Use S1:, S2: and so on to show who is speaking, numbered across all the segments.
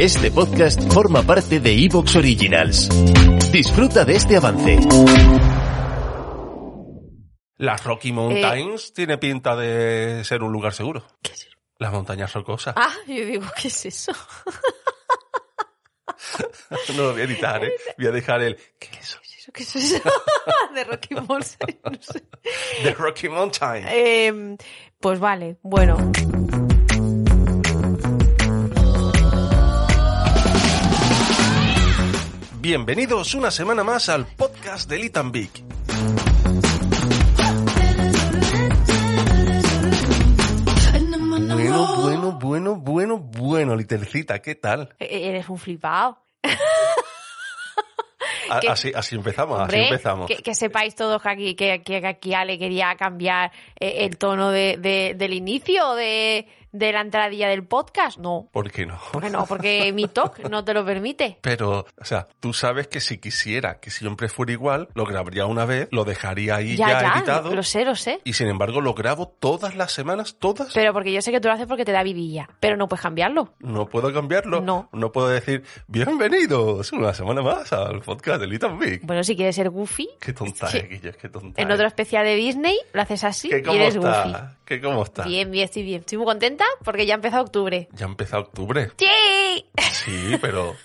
S1: Este podcast forma parte de Evox Originals. Disfruta de este avance.
S2: Las Rocky
S3: Eh,
S2: Mountains tiene pinta de ser un lugar seguro.
S3: ¿Qué es-
S2: Las montañas rocosas.
S3: Ah, yo digo, ¿qué es eso?
S2: No lo voy a editar, ¿eh? Voy a dejar el... ¿Qué es eso?
S3: ¿Qué es eso? ¿Qué es eso? De Rocky Mountain. no sé.
S2: The Rocky Mountain.
S3: Eh, pues vale, bueno.
S2: Bienvenidos una semana más al podcast de Litan Big. Bueno, bueno, bueno, bueno, bueno, Litercita, ¿qué tal?
S3: E- Eres un flipado.
S2: A-
S3: ¿Qué?
S2: Así, así empezamos,
S3: Hombre,
S2: así empezamos.
S3: Que, que sepáis todos que aquí, que, que- que aquí Ale quería cambiar eh, el tono de- de- del inicio, de, de la entradilla del podcast. No,
S2: ¿Por qué no?
S3: porque no, porque mi talk no te lo permite.
S2: Pero, o sea, tú sabes que si quisiera que siempre fuera igual, lo grabaría una vez, lo dejaría ahí ya,
S3: ya, ya,
S2: editado.
S3: lo sé, lo sé.
S2: Y sin embargo, lo grabo todas las semanas, todas.
S3: Pero porque yo sé que tú lo haces porque te da vidilla, pero no puedes cambiarlo.
S2: No puedo cambiarlo.
S3: No.
S2: puedo decir, bienvenidos una semana más al podcast de Little Big.
S3: Bueno, si quieres ser goofy,
S2: Qué tonta,
S3: Sí.
S2: eh, Guille, qué tonta.
S3: en
S2: eh.
S3: otro especial de Disney lo haces así
S2: ¿Qué
S3: y
S2: cómo
S3: eres goofy.
S2: está? ¿Qué cómo está?
S3: Bien, bien, estoy bien. Estoy muy contenta porque ya ha empezado octubre.
S2: Ya empieza octubre.
S3: ¡Sí!
S2: ¿Eh? Sí, pero...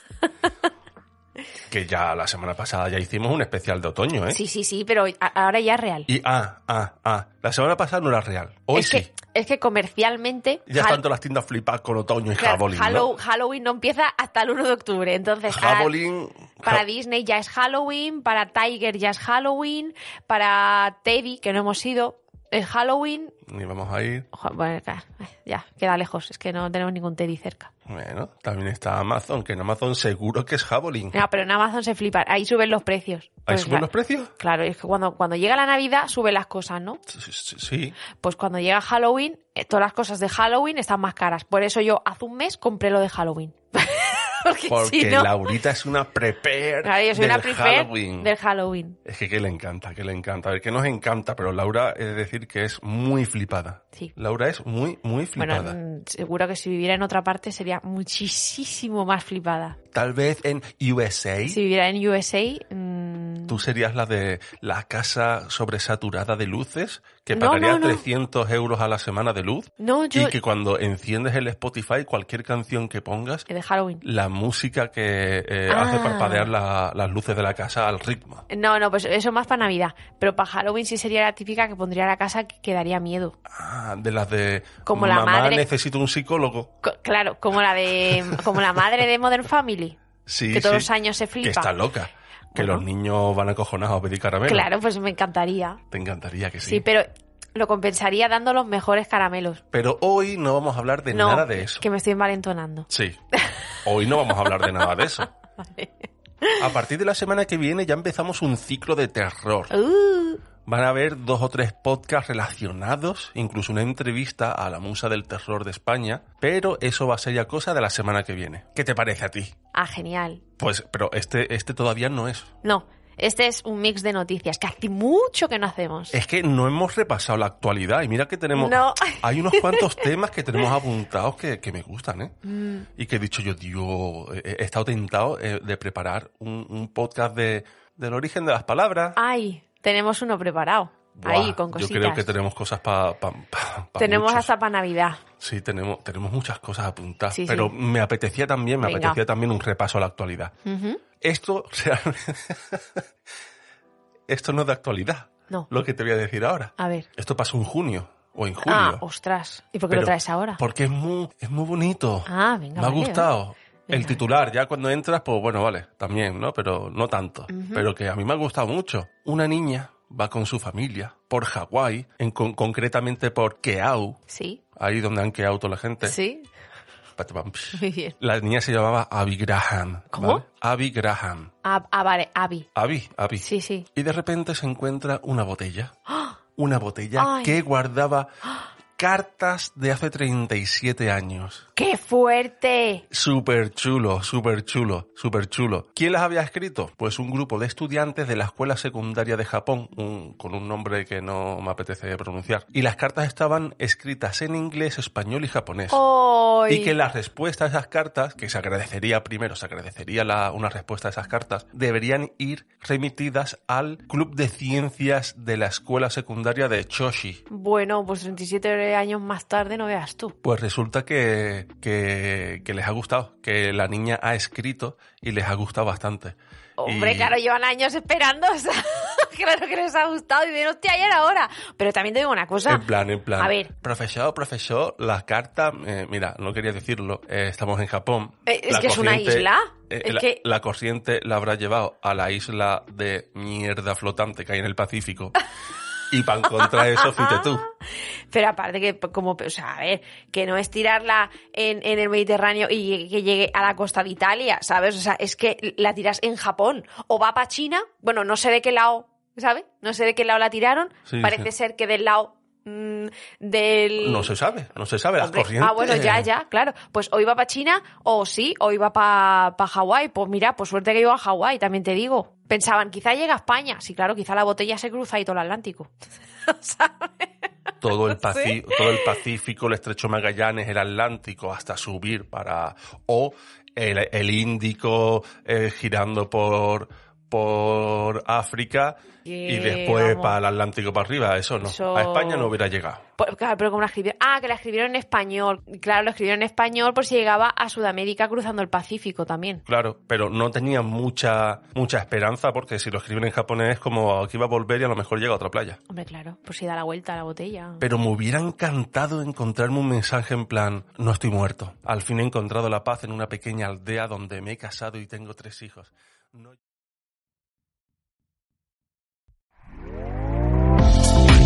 S2: que ya la semana pasada ya hicimos un especial de otoño, ¿eh?
S3: Sí, sí, sí, pero a- ahora ya es real.
S2: Y ah, ah, ah. La semana pasada no era real. Hoy
S3: es,
S2: sí.
S3: que, es que comercialmente
S2: Ya
S3: Hal-
S2: están todas las tiendas flipadas con otoño y
S3: claro,
S2: jabolín. ¿no?
S3: Hallow- Halloween no empieza hasta el 1 de octubre. Entonces, ahora-
S2: Jabolín.
S3: para
S2: ja-
S3: Disney ya es Halloween, para Tiger ya es Halloween, para Teddy, que no hemos ido, es Halloween.
S2: Y vamos a ir.
S3: Ojo, Bueno, claro, ya, queda lejos, es que no tenemos ningún Teddy cerca.
S2: Bueno, también está Amazon, que en Amazon seguro que es jabolín.
S3: No, pero en Amazon se flipa. Ahí suben los precios.
S2: ¿Ahí
S3: Pues,
S2: suben
S3: claro,
S2: los precios?
S3: Claro, es que cuando, cuando llega la Navidad suben las cosas, ¿no?
S2: Sí, Sí. sí.
S3: Pues cuando llega Halloween, eh, todas las cosas de Halloween están más caras. Por eso yo hace un mes compré lo de Halloween. Porque,
S2: Porque
S3: si no...
S2: Laurita es una prepper
S3: Claro, yo soy
S2: del
S3: una prefer
S2: Halloween.
S3: del Halloween.
S2: Es que, que le encanta, que le encanta. A ver, que nos encanta, pero Laura es decir que es muy flipada.
S3: Sí.
S2: Laura es muy, muy flipada.
S3: Bueno, mm, seguro que si viviera en otra parte sería muchísimo más flipada.
S2: Tal vez en USA
S3: Si viviera en USA... mm,
S2: tú serías la de la casa sobresaturada de luces que
S3: No,
S2: pagaría
S3: no, no.
S2: 300 euros a la semana de luz
S3: No, yo...
S2: y que cuando enciendes el Spotify, cualquier canción que pongas,
S3: eh, De Halloween.
S2: la música que eh,
S3: Ah.
S2: hace parpadear la- las luces de la casa al ritmo.
S3: No, no, pues eso más para Navidad. Pero para Halloween sí sería la típica que pondría la casa que, que daría miedo.
S2: Ah, de las de
S3: Como la
S2: mamá
S3: madre-
S2: necesito un psicólogo.
S3: Co- Claro, como la de como la madre de Modern Family,
S2: Sí,
S3: que todos
S2: sí,
S3: los años se
S2: que está
S3: flipa.
S2: loca. Que
S3: Bueno.
S2: los niños van acojonados a pedir caramelos.
S3: Claro, pues me encantaría.
S2: Te encantaría que sí.
S3: Sí, pero lo compensaría dando los mejores caramelos.
S2: Pero hoy no vamos a hablar de
S3: no,
S2: nada de eso.
S3: que me estoy envalentonando.
S2: Sí. Hoy no vamos a hablar de nada de eso.
S3: Vale.
S2: A partir de la semana que viene ya empezamos un ciclo de terror.
S3: Uh,
S2: Van a haber dos o tres podcasts relacionados, incluso una entrevista a la musa del terror de España, pero eso va a ser ya cosa de la semana que viene. ¿Qué te parece a ti?
S3: ah, genial.
S2: Pues, pero este, este todavía no es.
S3: No, este es un mix de noticias que hace mucho que no hacemos.
S2: Es que no hemos repasado la actualidad y mira que tenemos...
S3: No.
S2: Hay unos cuantos temas que tenemos apuntados que, que me gustan, ¿eh?
S3: Mm,
S2: Y que he dicho yo, tío, he, he estado tentado eh, de preparar un, un podcast de, del origen de las palabras.
S3: Ay, tenemos uno preparado.
S2: Buah,
S3: Ah, ahí con cositas.
S2: Yo creo que tenemos cosas para... Pa, pa- pa
S3: Tenemos
S2: muchos.
S3: hasta para Navidad.
S2: Sí, tenemos, tenemos muchas cosas apuntadas,
S3: Sí, sí.
S2: pero me apetecía también, me
S3: Venga.
S2: apetecía también un repaso a la actualidad.
S3: Ujú.
S2: Esto realmente... Esto no es de actualidad,
S3: No,
S2: lo que te voy a decir ahora.
S3: a ver.
S2: Esto pasó en junio o en julio.
S3: Ah, ostras. ¿Y por qué
S2: Pero-
S3: lo traes ahora?
S2: Porque es muy, es muy bonito.
S3: Ah, venga.
S2: me ha
S3: vale,
S2: gustado. El
S3: Venga.
S2: titular, ya cuando entras, pues bueno, vale, también, ¿no? Pero no tanto.
S3: Ujú.
S2: Pero que a mí me ha gustado mucho. Una niña va con su familia por Hawái, en con- concretamente por Keau,
S3: vale. Sí,
S2: ahí donde han quedado toda la gente.
S3: sí.
S2: Patapam.
S3: Muy bien.
S2: La niña se llamaba Abby Graham.
S3: ¿Cómo?
S2: ¿vale? Abby Graham.
S3: Ah, ah, vale, Abby.
S2: Abby, Abby.
S3: Sí, sí.
S2: Y de repente se encuentra una botella. Una botella
S3: Ay.
S2: que guardaba cartas de hace 37 años.
S3: ¡Qué fuerte!
S2: Súper chulo, súper chulo, súper chulo. ¿Quién las había escrito? Pues un grupo de estudiantes de la escuela secundaria de Japón, un- con un nombre que no me apetece pronunciar. Y las cartas estaban escritas en inglés, español y japonés.
S3: ¡Ay!
S2: Y que la respuesta a esas cartas, que se agradecería primero, se agradecería la- una respuesta a esas cartas, deberían ir remitidas al Club de Ciencias de la Escuela Secundaria de Choshi.
S3: Bueno, pues 37 años más tarde no veas tú.
S2: Pues resulta que, que, que les ha gustado, que la niña ha escrito y les ha gustado bastante.
S3: Hombre,
S2: Y-
S3: claro, llevan años esperando. o sea, claro que les ha gustado y bien, hostia, ayer ahora. Pero también te digo una cosa.
S2: en plan, en plan.
S3: a ver.
S2: Profesor, profesor, la carta, eh, mira, no quería decirlo, eh, estamos en Japón.
S3: Eh, es
S2: La
S3: que es una
S2: corriente-
S3: isla.
S2: eh,
S3: es
S2: la,
S3: que
S2: la corriente la habrá llevado a la isla de mierda flotante que hay en el Pacífico. y para encontrar eso, fuiste tú.
S3: Pero aparte que p- como, o sea, a ver, que no es tirarla en, en el Mediterráneo y llegue- que llegue a la costa de Italia, ¿sabes? O sea, es que la tiras en Japón o va para China, bueno, no sé de qué lado, ¿sabes? No sé de qué lado la tiraron,
S2: Sí,
S3: parece
S2: sí.
S3: ser que del lado mm, del...
S2: No se sabe, no se sabe. Las
S3: Hombre,
S2: corrientes.
S3: Ah, bueno, ya, ya, claro. Pues o iba para China o sí, o iba para Hawái. Pues mira, pues suerte que iba a Hawái, también te digo. Pensaban, quizá llega a España. Sí, claro, quizá la botella se cruza y todo el Atlántico.
S2: Todo el, Paci- todo el Pacífico, el estrecho Magallanes, el Atlántico, hasta subir para. O el, el Índico eh, girando por, por África y
S3: Que,
S2: después
S3: Eh, vamos.
S2: para el Atlántico para arriba. Eso no.
S3: Eso-
S2: A España no hubiera llegado.
S3: Por- Pues, claro, pero como la escribieron. Ah, que la escribieron en español. Claro, lo escribieron en español por si llegaba a Sudamérica cruzando el Pacífico también.
S2: Claro, pero no tenía mucha mucha esperanza porque si lo escriben en japonés es como aquí va a volver y a lo mejor llega a otra playa.
S3: Hombre, claro, por si da la vuelta a la botella.
S2: Pero me hubiera encantado encontrarme un mensaje en plan, no estoy muerto. Al fin he encontrado la paz en una pequeña aldea donde me he casado y tengo tres hijos. No-